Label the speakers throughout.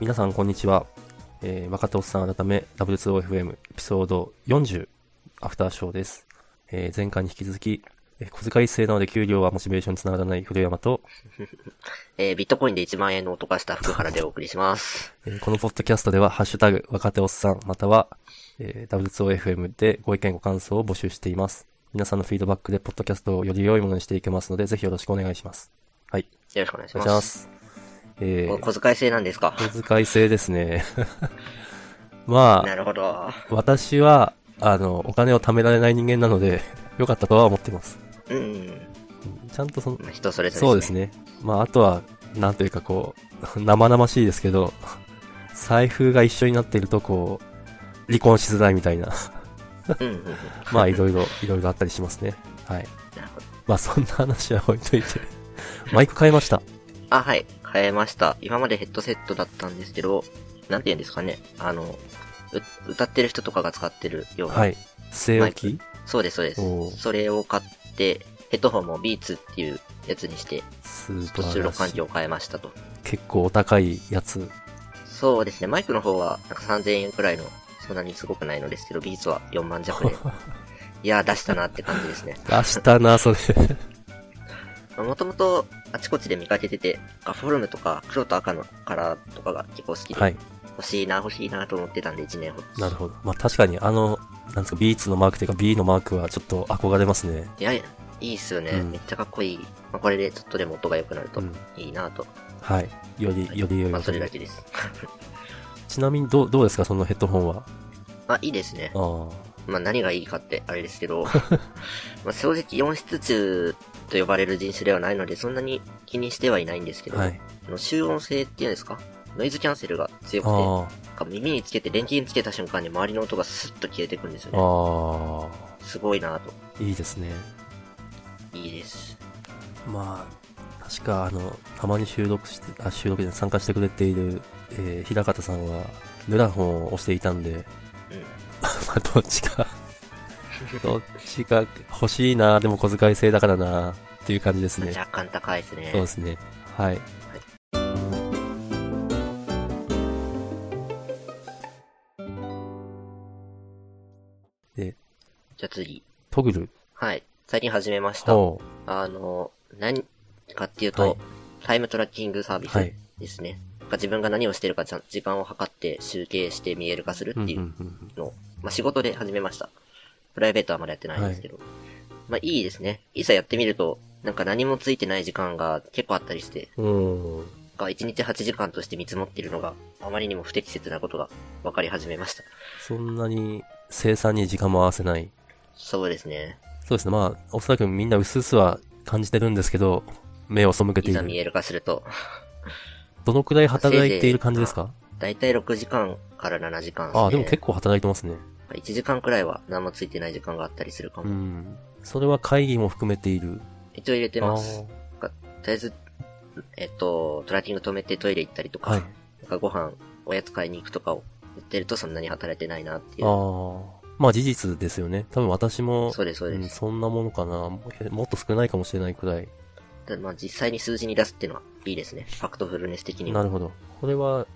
Speaker 1: 皆さん、こんにちは。えー、若手おっさん改め W2OFM エピソード40アフターショーです。えー前回に引き続き、えー小遣い制なので給料はモチベーションにつながらない古山と、
Speaker 2: えービットコインで1万円の音がした福原でお送りします。
Speaker 1: えーこのポッドキャストでは、ハッシュタグ、若手おっさん、または、えー W2OFM でご意見ご感想を募集しています。皆さんのフィードバックで、ポッドキャストをより良いものにしていけますので、ぜひよろしくお願いします。はい。
Speaker 2: よろしくお願いし
Speaker 1: お願
Speaker 2: ま
Speaker 1: い
Speaker 2: す。
Speaker 1: します。え
Speaker 2: お
Speaker 1: ー、
Speaker 2: 小遣い制なんですか
Speaker 1: 小遣い制ですね。 まあ
Speaker 2: な、るほど。
Speaker 1: 私は、あの、お金を貯められない人間なので、 良かったとは思ってます。
Speaker 2: うん。
Speaker 1: ちゃんとその、
Speaker 2: まあ人それぞれ、
Speaker 1: そうです。ね。まあ、あとは、なんというかこう、 生々しいですけど、財布が一緒になっているとこう、離婚しづらいみた いな、
Speaker 2: うんうんうん。
Speaker 1: まあ、いろいろ、いろいろあったりしますね。はい。
Speaker 2: なるほど。
Speaker 1: まあ、そんな話は置いといて。マイク変えました。
Speaker 2: あ、はい。変えました。今までヘッドセットだったんですけど、なんて言うんですかね。あの、う歌ってる人とかが使ってるような。
Speaker 1: はい。据え置き
Speaker 2: そうです、そうで
Speaker 1: おー
Speaker 2: す。それを買って、ヘッドホンもビーツっていうやつにして、
Speaker 1: ス
Speaker 2: ちょ
Speaker 1: ー
Speaker 2: っ
Speaker 1: パ
Speaker 2: と収録環
Speaker 1: ー
Speaker 2: 境を変えましたと。
Speaker 1: 結構お高いやつ。
Speaker 2: そうですね。マイクの方は、なんか3000円くらいの、そんなにすごくないのですけど、ビーツは4万 弱で。いやー、出したなって感じですね。
Speaker 1: 出したな、 それ。
Speaker 2: もともと、あちこちで見かけてて、あフォルムとか、黒と赤のカラーとかが結構好きで、
Speaker 1: はい。
Speaker 2: 欲しいな、欲しいなと思ってたんで、1年ほど。
Speaker 1: なるほど。まあ確かにあの、なんですか、B2 のマークというか B のマークはちょっと憧れますね。
Speaker 2: いやいや、いいっすよね。
Speaker 1: うん
Speaker 2: めっちゃかっこいい。まあ、これでちょっとでも音が良くなると
Speaker 1: うん
Speaker 2: いいなと。
Speaker 1: はい。より、より良い
Speaker 2: まあ、
Speaker 1: わ
Speaker 2: そ
Speaker 1: け
Speaker 2: れだ
Speaker 1: で。
Speaker 2: けです。
Speaker 1: ちなみにどう、どうですか、そのヘッドホンは。
Speaker 2: あ、いいですね。
Speaker 1: あ
Speaker 2: まあ、何がいいかって、あれで すけど、まあ、正直4室中と呼ばれる人種ではないので、そんなに気にしてはいないんですけ
Speaker 1: あ。
Speaker 2: ど、
Speaker 1: はい。
Speaker 2: あの集音性っていうんですかノイズキャンセルが強くて、
Speaker 1: あ
Speaker 2: なんか耳につけて、電気につけた瞬間に周りの音がスッと消えていくんですよ
Speaker 1: あ。
Speaker 2: ね。
Speaker 1: あ
Speaker 2: すごいなと。
Speaker 1: あ。いいですね。
Speaker 2: いいです。
Speaker 1: まあ、確かあの、たまに収録して、あ、収録で参加してくれている、えー、平方さんは、ルラフォンを押していたんで、
Speaker 2: うん。
Speaker 1: まあどっち か、どっちか欲しいな、でも小遣い制だからな、っていう感じですね。
Speaker 2: 若干高いですね。
Speaker 1: そうですね。はい。
Speaker 2: じゃあ次。
Speaker 1: トグル。
Speaker 2: はい。最近始めました。
Speaker 1: ほ
Speaker 2: あの、何かっていうと、
Speaker 1: はい
Speaker 2: タイムトラッキングサービ
Speaker 1: う。
Speaker 2: ス
Speaker 1: はい。
Speaker 2: ですね。なんか自分が何をしてるかちゃん、時間を測って集計して見える化する
Speaker 1: うん
Speaker 2: っ
Speaker 1: う
Speaker 2: ていうん
Speaker 1: うん
Speaker 2: のを、まあ、仕事で始めました。プライベートはまだやってないんですけど。まあ、いいですね。いざやってみると、なんか何もついてない時間が結構あったりして、
Speaker 1: うん。うん。
Speaker 2: が1日8時間として見積もっているのが、あまりにも不適切なことが分かり始めました。
Speaker 1: そんなに生産に時間も合わせない。
Speaker 2: そうですね。
Speaker 1: そうですね。まあ、おそらくみんな薄々は感じてるんですけど、目を背けて
Speaker 2: い
Speaker 1: い
Speaker 2: ざ見
Speaker 1: る。
Speaker 2: える化すると、
Speaker 1: どのくらい働いている感じですか
Speaker 2: だいたい6時間から7時間です、ね。
Speaker 1: ああ、でも結構働いてますね。
Speaker 2: 1時間くらいは何もついてない時間があったりするか
Speaker 1: う
Speaker 2: も。
Speaker 1: ん。それは会議も含めている。
Speaker 2: 一応入れて
Speaker 1: あ
Speaker 2: ます。とりあえず、えっと、トラッキング止めてトイレ行ったりと
Speaker 1: あ。
Speaker 2: か、
Speaker 1: はい。
Speaker 2: なんかご飯、おやつ買いに行くとかを言ってるとそんなに働いてないなっていう。
Speaker 1: ああ。まあ事実ですよね。多分私も、
Speaker 2: そうです、そう
Speaker 1: う
Speaker 2: で
Speaker 1: ん、
Speaker 2: す。
Speaker 1: そんなものかな。ももっと少ないかもしれないくらい。
Speaker 2: ただまあ実際に数字に出すっていうのはいいですね。ファクトフルネス的に
Speaker 1: な
Speaker 2: も。
Speaker 1: るほど。これは、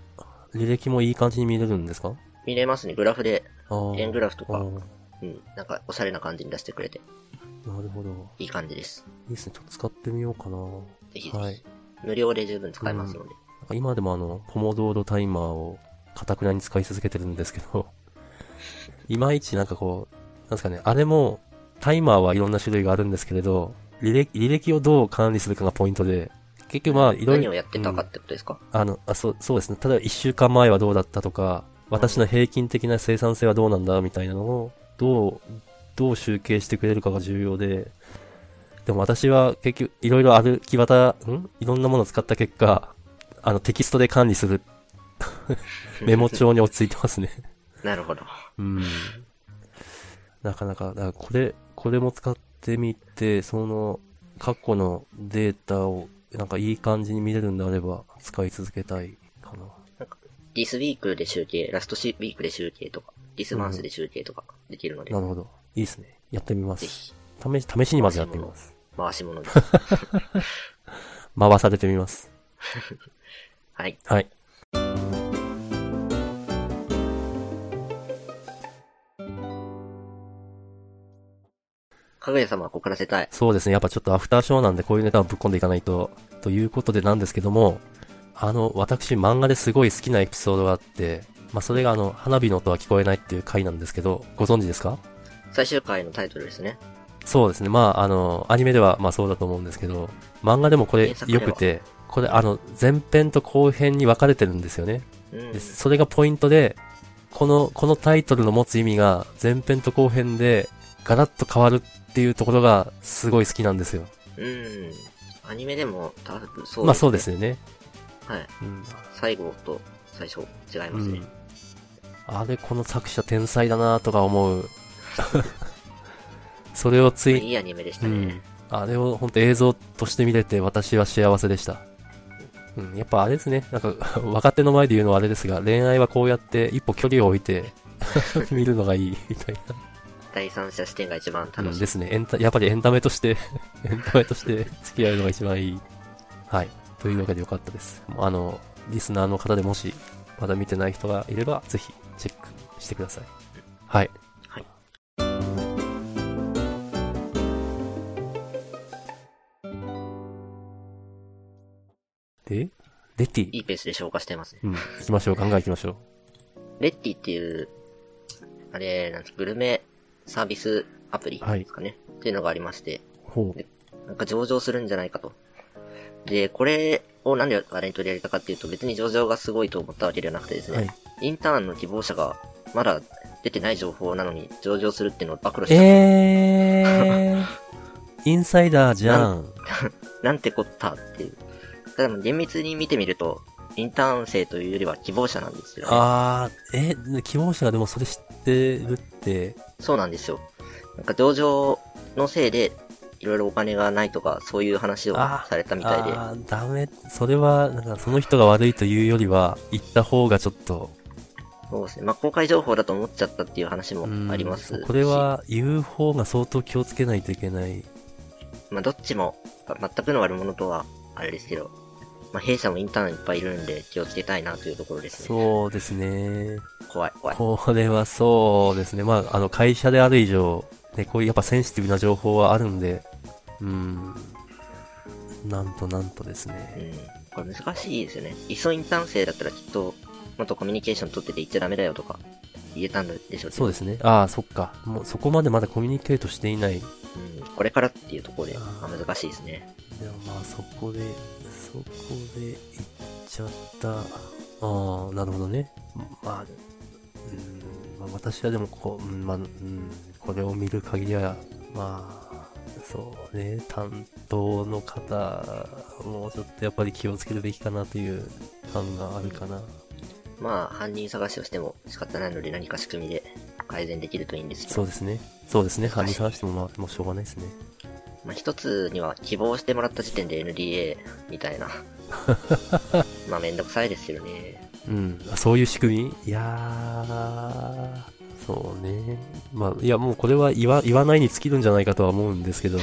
Speaker 1: 履歴もいい感じに見れるんですか
Speaker 2: 見れますね。グラフで、
Speaker 1: ああ。
Speaker 2: 円グラフと
Speaker 1: ああ
Speaker 2: か、うん、なんかおしゃれな感じに出してくれて、
Speaker 1: なるほど。
Speaker 2: いい感じです。
Speaker 1: いいですね。ちょっと使ってみようかな。
Speaker 2: ぜひぜひ、
Speaker 1: はい
Speaker 2: 無料で十分使えますので。
Speaker 1: なんか今でもあの、ポモドーロタイマーを、かたくなに使い続けてるんですけ ど、いまいちなんかこう、なんですかね、あれも、タイマーはいろんな種類があるんですけれど、履歴履歴をどう管理するかがポイントで、結局まあ、いろい
Speaker 2: 何
Speaker 1: ろ
Speaker 2: を、やってたかってことですか、
Speaker 1: あの、あそう、そうですね。ただ一週間前はどうだったとか、私の平均的な生産性はどうなんだみたいなのを、どう、どう集計してくれるかが重要で、でも私は結局、いろいろ歩き方、んいろんなものを使った結果、あの、テキストで管理するメモ帳に落ち着いてますね。
Speaker 2: なるほど。
Speaker 1: うん。なかなか、だからこれ、これも使ってみて、その、過去のデータを、なんかいい感じに見れるんであれば、使い続けたいかな。
Speaker 2: ディスウィークで集計、ラストシウィークで集計とか、ディスマンスで集計とかできるので、
Speaker 1: なるほど。いいですね。やってみま
Speaker 2: ぜ
Speaker 1: す。
Speaker 2: ひ、
Speaker 1: 試し、試しにまずやってみます。
Speaker 2: 回し物で。
Speaker 1: 回されてみます。
Speaker 2: はい。
Speaker 1: はい。
Speaker 2: かぐや様は告らせたい。
Speaker 1: そうですね。やっぱちょっとアフターショーなんでこういうネタをぶっ込んでいかないと。ということでなんですけども、あの、私漫画ですごい好きなエピソードがあって、まあそれがあの、花火の音は聞こえないっていう回なんですけど、ご存知ですか
Speaker 2: 最終回のタイトルですね。
Speaker 1: そうですね。まあ、あの、アニメではまあそうだと思うんですけど、漫画でもこれ
Speaker 2: 原作で
Speaker 1: 良
Speaker 2: は
Speaker 1: くて、これあの、前編と後編に分かれてるんですよね。
Speaker 2: うん
Speaker 1: で。それがポイントで、この、このタイトルの持つ意味が前編と後編でガラッと変わるっていうところがすごい好きなんですよ。
Speaker 2: うん。アニメでも多分そう。
Speaker 1: まあそうですすよね。
Speaker 2: はい。
Speaker 1: うん。
Speaker 2: 最後と最初違いますね。
Speaker 1: あれ、この作者天才だなとか思う。 それをつい、
Speaker 2: いいアニメでした
Speaker 1: う
Speaker 2: ね。
Speaker 1: ん。あれを本当映像として見れて私は幸せでした。うん。やっぱあれですね。なんか、 若手の前で言うのはあれですが、恋愛はこうやって一歩距離を置いて 見るのがいいみたいな。
Speaker 2: 第三者視点が一番
Speaker 1: うん
Speaker 2: 楽しい。
Speaker 1: ですね。エンタ、やっぱりエンタメとして、エンタメとして付き合うのが一番いい。はい。というわけでよかったです。あの、リスナーの方でもし、まだ見てない人がいれば、ぜひチェックしてください。はい。
Speaker 2: はい。
Speaker 1: で、レテ
Speaker 2: い
Speaker 1: ィ。
Speaker 2: いペースで消化してますね。
Speaker 1: うん。行きましょう。考え行きましょう。
Speaker 2: レッティっていう、あれなんです、グルメサービスアプリですかね。っていうのがありまして、
Speaker 1: ほう。
Speaker 2: なんか上場するんじゃないかと。で、これをなんであれに取り上げたかっていうと、別に上場がすごいと思ったわけではなくてですね、
Speaker 1: はい
Speaker 2: インターンの希望者がまだ出てない情報なのに上場するっていうのを暴露した。
Speaker 1: えー。インサイダーじゃん。
Speaker 2: なんてこったっていう。ただでも厳密に見てみると、インターン生というよりは希望者なんですよ、ね。
Speaker 1: あー、え、希望者がでもそれ知ってるって、
Speaker 2: そうなんですよ。なんか上場のせいで、いろいろお金がないとか、そういう話を
Speaker 1: あー
Speaker 2: されたみたいで。
Speaker 1: あー、ダメ。それは、なんかその人が悪いというよりは、行った方がちょっと、
Speaker 2: そうですね。まあ、公開情報だと思っちゃったっていう話
Speaker 1: うん
Speaker 2: もありますし。
Speaker 1: これは言う方が相当気をつけないといけない。
Speaker 2: まあ、どっちも、ま全くの悪者とは、あれですけど、まあ、弊社もインターンいっぱいいるんで気をつけたいなというところですね。
Speaker 1: そうですね。
Speaker 2: 怖い、怖い。
Speaker 1: これはそうですね。まあ、あの、会社である以上、ね、こういうやっぱセンシティブな情報はあるんで、うん。なんとなんとです
Speaker 2: う
Speaker 1: ね。
Speaker 2: ん。これ難しいですよね。いっそインターン生だったらきっと、もっとコミュニケーション取ってて言っちゃダメだよとか、言えたんでしょうけど
Speaker 1: そうですね。ああ、そっか。もうそこまでまだコミュニケートしていない
Speaker 2: うん。これからっていうところで、
Speaker 1: あー
Speaker 2: まあ、難しいですね。
Speaker 1: でもまあそこで、そこで行っちゃった。ああ、なるほどね。まあ、うん、まあ、私はでもこう、うん、まあ、うん、これを見る限りは、まあ、そうね、担当の方もちょっとやっぱり気をつけるべきかなという感があるかな。
Speaker 2: まあ、犯人探しをしても仕方ないので何か仕組みで改善できるといいんですけ
Speaker 1: そ
Speaker 2: ど、
Speaker 1: うですね。そうですね。犯人探してもまあ、もうしょうがないですね。
Speaker 2: まあ、一つには希望してもらった時点で NDA みた いな。まあ、めんどくさいですよね。
Speaker 1: うん、あそういう仕組みいやー、そうね。まあ、いや、もうこれは言わ言わないに尽きるんじゃないかとは思うんですけど。っ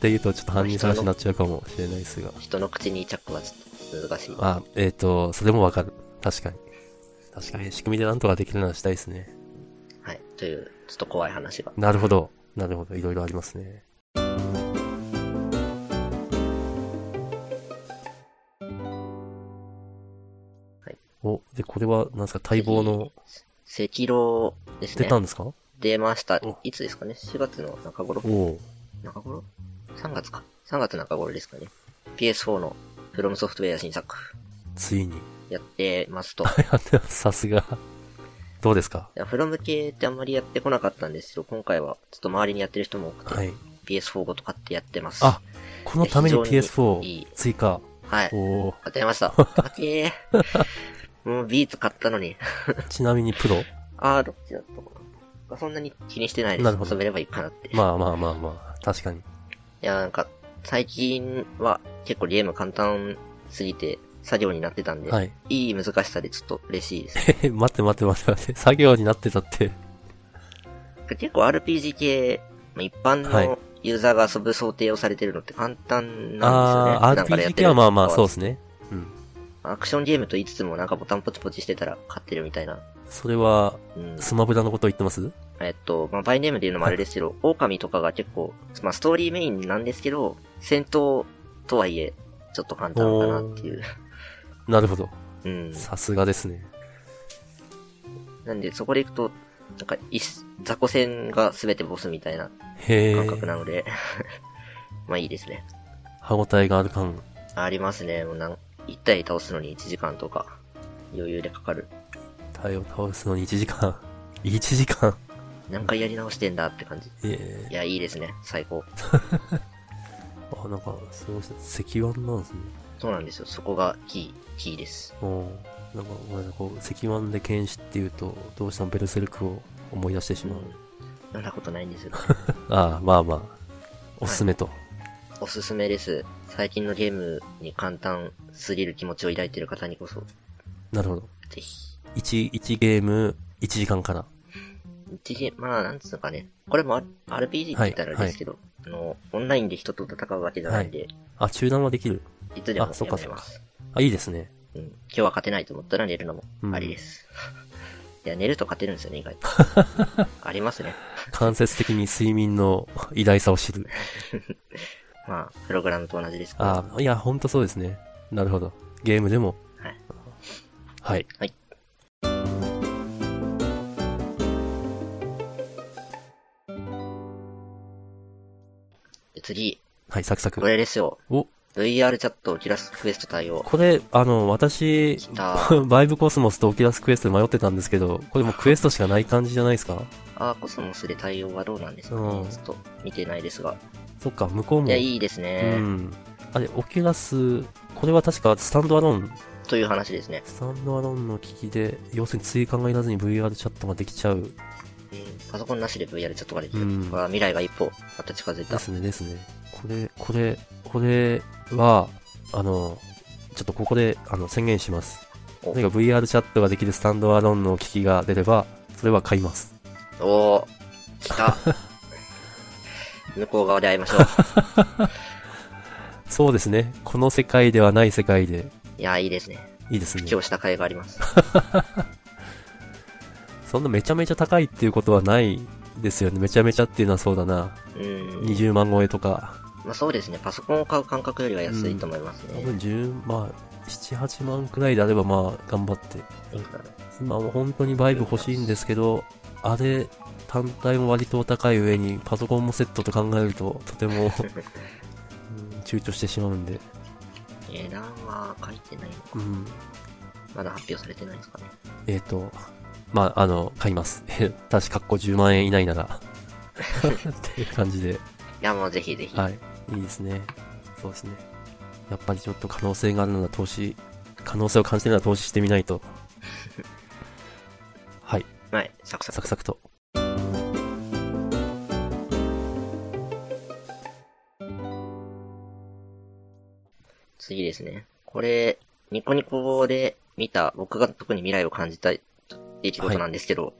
Speaker 1: ていうと、ちょっと犯人探しになっちゃうかもしれないですが。
Speaker 2: 人の口にチャックはちょっと難しい。
Speaker 1: あ、えっ、と、それもわかる。確かに。確かに、仕組みでなんとかできるならしたいですね。
Speaker 2: はい。という、ちょっと怖い話が。
Speaker 1: なるほど。なるほど。いろいろありますね。
Speaker 2: はい
Speaker 1: お、で、これは、なんですか、待望の、
Speaker 2: 赤狼です
Speaker 1: 出
Speaker 2: ね。
Speaker 1: たんですか
Speaker 2: 出ました
Speaker 1: お。
Speaker 2: いつですかね ?4 月の中頃
Speaker 1: おお
Speaker 2: 中頃 ?3 月か。3月中頃ですかね。PS4 のフロムソフトウェア新作
Speaker 1: ついに。
Speaker 2: やってます と。
Speaker 1: さすが。どうですか
Speaker 2: いや、フロム系ってあんまりやってこなかったんですけど、今回はちょっと周りにやってる人も多くて、
Speaker 1: はい。
Speaker 2: PS4 ごと買ってやってます。
Speaker 1: あこのために
Speaker 2: いや非常にい
Speaker 1: PS4
Speaker 2: い
Speaker 1: 追加。
Speaker 2: はい。
Speaker 1: おー
Speaker 2: 買って ました。高えー。もうビーツ買ったのに。
Speaker 1: ちなみにプロ
Speaker 2: あー、どっちだったかな。そんなに気にしてないで
Speaker 1: なるほど
Speaker 2: す。遊べればいいかなって。い
Speaker 1: まあまあまあまあ、確かに。
Speaker 2: や、なんか、最近は結構ゲーム簡単すぎて、作業になってたんで、、
Speaker 1: はい い。
Speaker 2: い難しさでちょっと嬉しいです。
Speaker 1: え、待って待って待って待って。作業になってたって。
Speaker 2: 結構 RPG 系、まあ一般
Speaker 1: はい
Speaker 2: のユーザーが遊ぶ想定をされてるのって簡単
Speaker 1: あー、
Speaker 2: なんですよね。
Speaker 1: RPG 系はまあまあ、そう
Speaker 2: う
Speaker 1: ですね。うん。
Speaker 2: アクションゲームと言いつつもなんかボタンポチポチしてたら勝ってるみたいな。
Speaker 1: それは、
Speaker 2: うん。
Speaker 1: スマブラのことを言ってます
Speaker 2: えっと、まあ、バイネームで言うのもあれですけど、狼とかが結構、まあ、ストーリーメインなんですけど、戦闘とはいえ、ちょっと簡単かなっていう。
Speaker 1: なるほど。
Speaker 2: うん。
Speaker 1: さすがですね。
Speaker 2: なんで、そこで行くと、なんか、いし雑魚戦が全てボスみたいな
Speaker 1: へ
Speaker 2: 感
Speaker 1: え。
Speaker 2: 覚なので、 まあいいですね。
Speaker 1: 歯応えがある感。
Speaker 2: ありますね。もうなん1体倒すのに1時間とか、余裕でかかる。
Speaker 1: タイを倒すのに1時間。1時 間。
Speaker 2: 何回やり直してんだって感じ。
Speaker 1: ええ
Speaker 2: いや、いいですね。最高。
Speaker 1: あ、なんか、そうですね。赤腕なんですね。
Speaker 2: そうなんですよ。そこがキー、キーです。
Speaker 1: うん。なんか、ごめんなさい。こう、赤腕で剣士っていうと、どうしてもベルセルクを思い出してしまう。
Speaker 2: そんなことないんで すよ。
Speaker 1: ああ、まあまあ。おすすめと。
Speaker 2: おすすめです。最近のゲームに簡単すぎる気持ちを抱いている方にこそ、
Speaker 1: なるほど。
Speaker 2: ぜひ。
Speaker 1: 1、1ゲーム、1時間から。
Speaker 2: 一時、まあ、なんつうのかね。これもあ RPG って言ったらあれですけど、あの、オンラインで人と戦うわけじゃないんで、
Speaker 1: あ、中断はできる。
Speaker 2: い、つでも
Speaker 1: あそうか
Speaker 2: やめます。
Speaker 1: あ、いいですね。
Speaker 2: うん。今日は勝てないと思ったら寝るのも
Speaker 1: うん
Speaker 2: ありです。 いや、寝ると勝てるんですよね、意外 と。ありますね。
Speaker 1: 間接的に睡眠の 偉大さを知る。
Speaker 2: まあ、プログラムと同じですから。
Speaker 1: ああ、いや、ほんとそうですね。なるほど。ゲームでも。
Speaker 2: はい。
Speaker 1: はい。
Speaker 2: はい。で次、
Speaker 1: はい、サクサ
Speaker 2: こ
Speaker 1: ク。
Speaker 2: れですよ。
Speaker 1: お、
Speaker 2: VR チャットオキュラスクエスト対応。
Speaker 1: これ、あの、私、
Speaker 2: 来た
Speaker 1: バイブコスモスとオキュラスクエストで迷ってたんですけど、これもうクエストしかない感じじゃないですか
Speaker 2: あー、コスモスで対応はどうなんですかね
Speaker 1: うん
Speaker 2: ちょっと見てないですが。
Speaker 1: そっか、向こうも。
Speaker 2: いや、いいですね、
Speaker 1: うん。あれ、オキュラス、これは確かスタンドアローン、
Speaker 2: という話ですね。
Speaker 1: スタンドアローンの機器で、要するに追加がいらずに VR チャットができちゃう。
Speaker 2: うんパソコンなしで VR チャットができる。
Speaker 1: うん
Speaker 2: これは未来が一歩、また近づい
Speaker 1: で
Speaker 2: た。
Speaker 1: すね、ですね。これ、これ、これは、あの、ちょっとここであの宣言します。
Speaker 2: お
Speaker 1: 何か VR チャットができるスタンドアローンの機器が出れば、それは買います。
Speaker 2: おー、来 た。向こう側で会いましょう。
Speaker 1: そうですね。この世界ではない世界で、
Speaker 2: いや、いいですね。
Speaker 1: いいですね。
Speaker 2: 今日した甲斐があります。
Speaker 1: そんなめちゃめちゃ高いっていうことはないですよね。めちゃめちゃっていうのはそうだな。
Speaker 2: うん。
Speaker 1: 20万超えとか。
Speaker 2: まあそうですね。パソコンを買う感覚よりは安いと思います
Speaker 1: 多
Speaker 2: ね。
Speaker 1: 分10、まあ、7、8万くらいであればまあ、頑張って。
Speaker 2: いくらだ
Speaker 1: 今もう本当にバイブ欲しいんですけど、あれ単体も割とお高い上にパソコンもセットと考えるととてもうん躊躇してしまうんで、
Speaker 2: 値段は書いてないのか。
Speaker 1: うん、
Speaker 2: まだ発表されてないですかね。
Speaker 1: えっ、と、まあ、あの、買います。 ただし、かっこ10万円以内ならっていう感じで、
Speaker 2: いや、もうぜひぜひ。
Speaker 1: はい、いいですね。そうですね。やっぱりちょっと可能性があるなら投資、可能性を感じてるなら投資してみない と。はい。
Speaker 2: はい。サクサ
Speaker 1: サ
Speaker 2: ク。
Speaker 1: クサクと。
Speaker 2: 次ですね。これ、ニコニコで見た、僕が特に未来を感じた出来事なんですけど、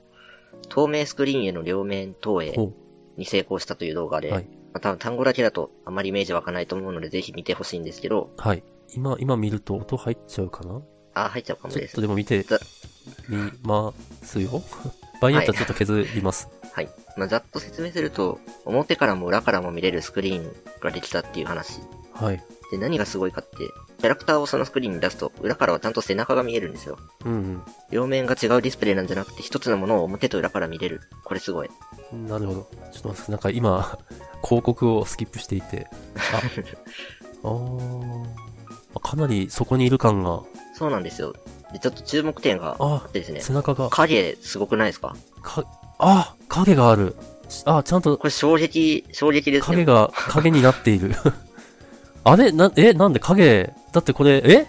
Speaker 2: 透明スクリーンへの両面投
Speaker 1: ほ
Speaker 2: 影
Speaker 1: う
Speaker 2: に成功したという動画で、
Speaker 1: はい
Speaker 2: まあ多分単語だけだとあまりイメージ湧かないと思うので、ぜひ見てほしいんですけど、
Speaker 1: はい。今、今見ると音入っちゃうかな
Speaker 2: あ、入っちゃうかも
Speaker 1: ちょ
Speaker 2: で
Speaker 1: っ
Speaker 2: す
Speaker 1: と。でも見て
Speaker 2: ざ
Speaker 1: みますよ。 場合によってはちょっと削ります。
Speaker 2: はい。まあ、ざっと説明すると、表からも裏からも見れるスクリーンができたっていう話。
Speaker 1: はい。
Speaker 2: で、何がすごいかって、キャラクターをそのスクリーンに出すと、裏からはちゃんと背中が見えるんですよ。
Speaker 1: うん、
Speaker 2: 両面が違うディスプレイなんじゃなくて、一つのものを表と裏から見れる。これすごい。
Speaker 1: うん。なるほど。ちょっと待って、なんか今、広告をスキップしていて。あ、あ ーあ。かなりそこにいる感が。
Speaker 2: そうなんですよ。で、ちょっと注目点があ
Speaker 1: あ
Speaker 2: っ、てですね、
Speaker 1: 背中が。
Speaker 2: 影すごくないですか
Speaker 1: か、あ、影がある。あ、ちゃんと
Speaker 2: これ衝撃、衝撃です
Speaker 1: 影
Speaker 2: ね。
Speaker 1: が、影になっている。 あれな、え、なんで影、だってこれ、え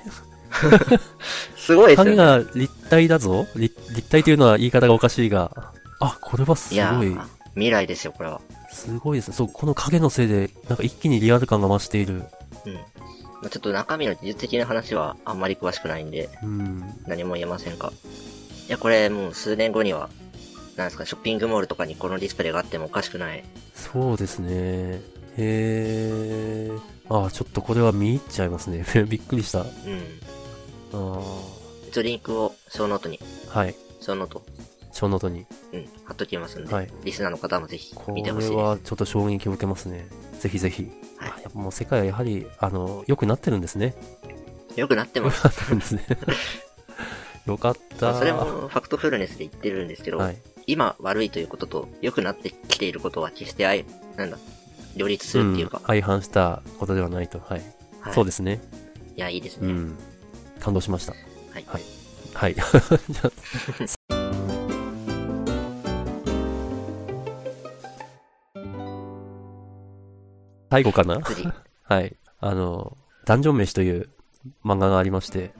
Speaker 2: すごいです
Speaker 1: 影
Speaker 2: よね。
Speaker 1: が立体だぞ立立体というのは言い方がおかしいが。あ、これはす
Speaker 2: いや
Speaker 1: ごい。
Speaker 2: ー、未来ですよ、これは。
Speaker 1: すごいですね。そう、この影のせいで、なんか一気にリアル感が増している。
Speaker 2: うん。まあちょっと中身の技術的な話はあんまり詳しくないんで、
Speaker 1: うん。
Speaker 2: 何も言えませんか。いや、これもう数年後には、なんですか、ショッピングモールとかにこのディスプレイがあってもおかしくない。
Speaker 1: そうですね。へー。あーちょっとこれは見入っちゃいますね。 びっくりした。あ
Speaker 2: うん。
Speaker 1: ー
Speaker 2: 一応リンクを、小ノートに、
Speaker 1: はい。
Speaker 2: 小ノート。
Speaker 1: 小ショーノートに。
Speaker 2: うん、貼っときますんで、
Speaker 1: はい
Speaker 2: リスナーの方もぜひ
Speaker 1: こ
Speaker 2: 見て
Speaker 1: れ
Speaker 2: ほしいです。
Speaker 1: はちょっと衝撃を受けますね。ぜひぜひ。
Speaker 2: はい
Speaker 1: あやっぱもう世界はやはり、あの、良くなってるんですね。
Speaker 2: よくなって
Speaker 1: 良
Speaker 2: ま
Speaker 1: く
Speaker 2: す。
Speaker 1: なってるん ですね。よかった。
Speaker 2: それもファクトフルネスで言ってるんですけど、
Speaker 1: はい。
Speaker 2: 今悪いということと良くなってきていることは決して愛、なんだ、両立するっていうか
Speaker 1: ん、、相反したことではないと。はい。
Speaker 2: はい
Speaker 1: そうですね。
Speaker 2: いや、いいです
Speaker 1: う
Speaker 2: ね。
Speaker 1: ん。感動しました。
Speaker 2: はい。
Speaker 1: はいはい。 じゃあ最後かな
Speaker 2: 次。
Speaker 1: はい。あの、ダンジョン飯という漫画がありまして、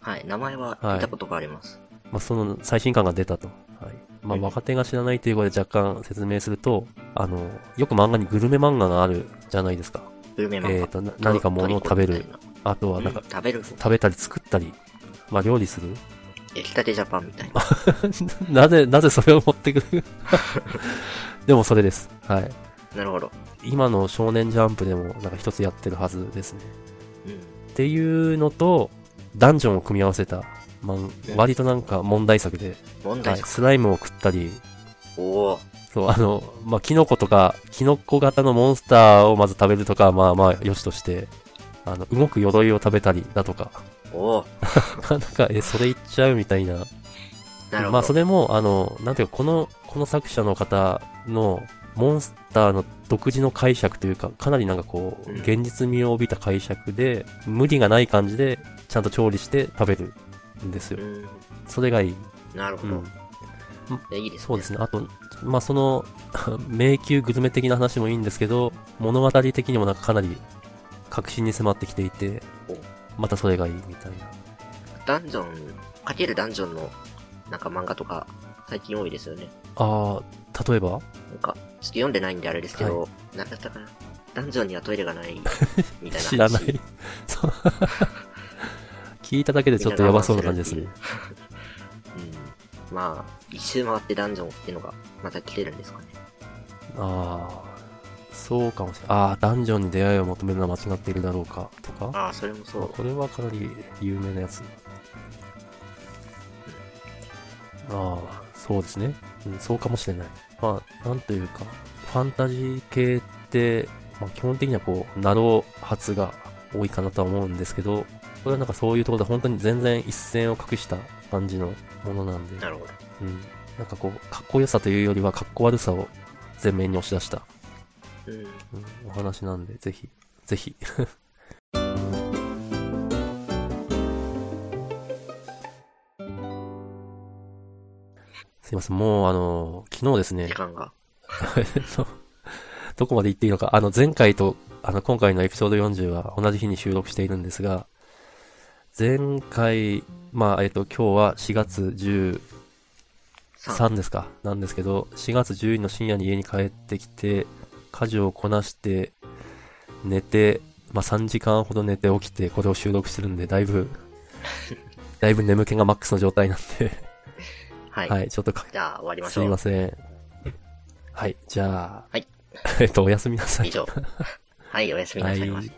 Speaker 2: はい。名前は
Speaker 1: はい
Speaker 2: 聞いたことがあります。
Speaker 1: まあ、その最新刊が出たと。はい。まあ、
Speaker 2: うん
Speaker 1: 若手が知らないということで若干説明すると、あの、よく漫画にグルメ漫画があるじゃないですか。
Speaker 2: グルメ
Speaker 1: え
Speaker 2: 漫画。
Speaker 1: ーと、な何か物を食べ
Speaker 2: トリ
Speaker 1: る
Speaker 2: コ。みたい
Speaker 1: あとは
Speaker 2: な
Speaker 1: なんか
Speaker 2: うん、食べる。
Speaker 1: 食べたり作ったり、まあ、料理する。
Speaker 2: 焼きたてジャパンみたいな。
Speaker 1: なぜ、なぜそれを持ってくる でもそれです。はい。
Speaker 2: なるほど。
Speaker 1: 今の少年ジャンプでもなんか一つやってるはずですね。
Speaker 2: うん。
Speaker 1: っていうのと、ダンジョンを組み合わせた、まあ
Speaker 2: うん
Speaker 1: 割となんか問題作で、
Speaker 2: 問
Speaker 1: は
Speaker 2: 題
Speaker 1: い、
Speaker 2: 作。
Speaker 1: スライムを食ったり、
Speaker 2: おお。
Speaker 1: そう、あの、まあ、キノコとか、キノコ型のモンスターをまず食べるとか、まあまあ、よしとして、あの、動く鎧を食べたりだとか、
Speaker 2: おお。
Speaker 1: なんか、え、それ言っちゃうみたいな。
Speaker 2: なる
Speaker 1: まあ、
Speaker 2: ほ
Speaker 1: そ
Speaker 2: ど。
Speaker 1: れも、あの、なんていうか、この、この作者の方の、モンスターの独自の解釈というか、かなりなんかこう、
Speaker 2: うん
Speaker 1: 現実味を帯びた解釈で、無理がない感じで、ちゃんと調理して食べるんですよ
Speaker 2: う。ん。
Speaker 1: それがいい。
Speaker 2: なる
Speaker 1: う
Speaker 2: ほど
Speaker 1: ん。。
Speaker 2: いやいいですね。
Speaker 1: そうですね。あと、まあ、その、 迷宮グルメ的な話もいいんですけど、物語的にもなんかかなり、確信に迫ってきていて
Speaker 2: お、
Speaker 1: またそれがいいみたいな。
Speaker 2: ダンジョン、かけるダンジョンの、なんか漫画とか、最近多いですよね。
Speaker 1: ああ、例えば
Speaker 2: なんか、ちょっと読んでないんであれですけど、なんだったかな。ダンジョンにはトイレ がない、みたいな話。
Speaker 1: 知らない。 そう聞いただけでちょっとやばそうな感じ ですね。
Speaker 2: うん。まあ、一周回ってダンジョンってのが、また来てるんですかね。
Speaker 1: ああ、そうかもしれない。ああ、ダンジョンに出会いを求めるのは間違っているだろうか、とか。
Speaker 2: ああ、それもそ
Speaker 1: まあ
Speaker 2: う。
Speaker 1: これはかなり有名なやつ。ああ、そうですね。うん、そうかもしれない。まあ、なんというか、ファンタジー系って、まあ、基本的にはこう、ナロー発が多いかなとは思うんですけど、これはなんかそういうところで本当に全然一線を隠した感じのものなんで、
Speaker 2: なるほど。
Speaker 1: うん。なんかこう、かっこよさというよりは、かっこ悪さを前面に押し出した
Speaker 2: うん。
Speaker 1: うんお話なんで、ぜひ、ぜひ。 すいません、もうあの、昨日ですね
Speaker 2: 時、間が。
Speaker 1: えっとどこまで行っていいのか、あの、前回と、あの、今回のエピソード40は同じ日に収録しているんですが、前回、まあ、えっと、今日は4月10、
Speaker 2: 3。
Speaker 1: 3ですか、なんですけど、4月10日の深夜に家に帰ってきて、家事をこなして、寝て、まあ、3時間ほど寝て起きて、これを収録してるんで、だい ぶ、だいぶ眠気がマックスの状態なんで、
Speaker 2: はい。
Speaker 1: はい、ちょっとか
Speaker 2: じゃあ、終わりまし
Speaker 1: すみ
Speaker 2: ょ
Speaker 1: ま
Speaker 2: う。
Speaker 1: せん。はい、じゃあ、
Speaker 2: はい
Speaker 1: えっと、おやすみなさい
Speaker 2: 以。上。はい、おやすみなさいませ。
Speaker 1: は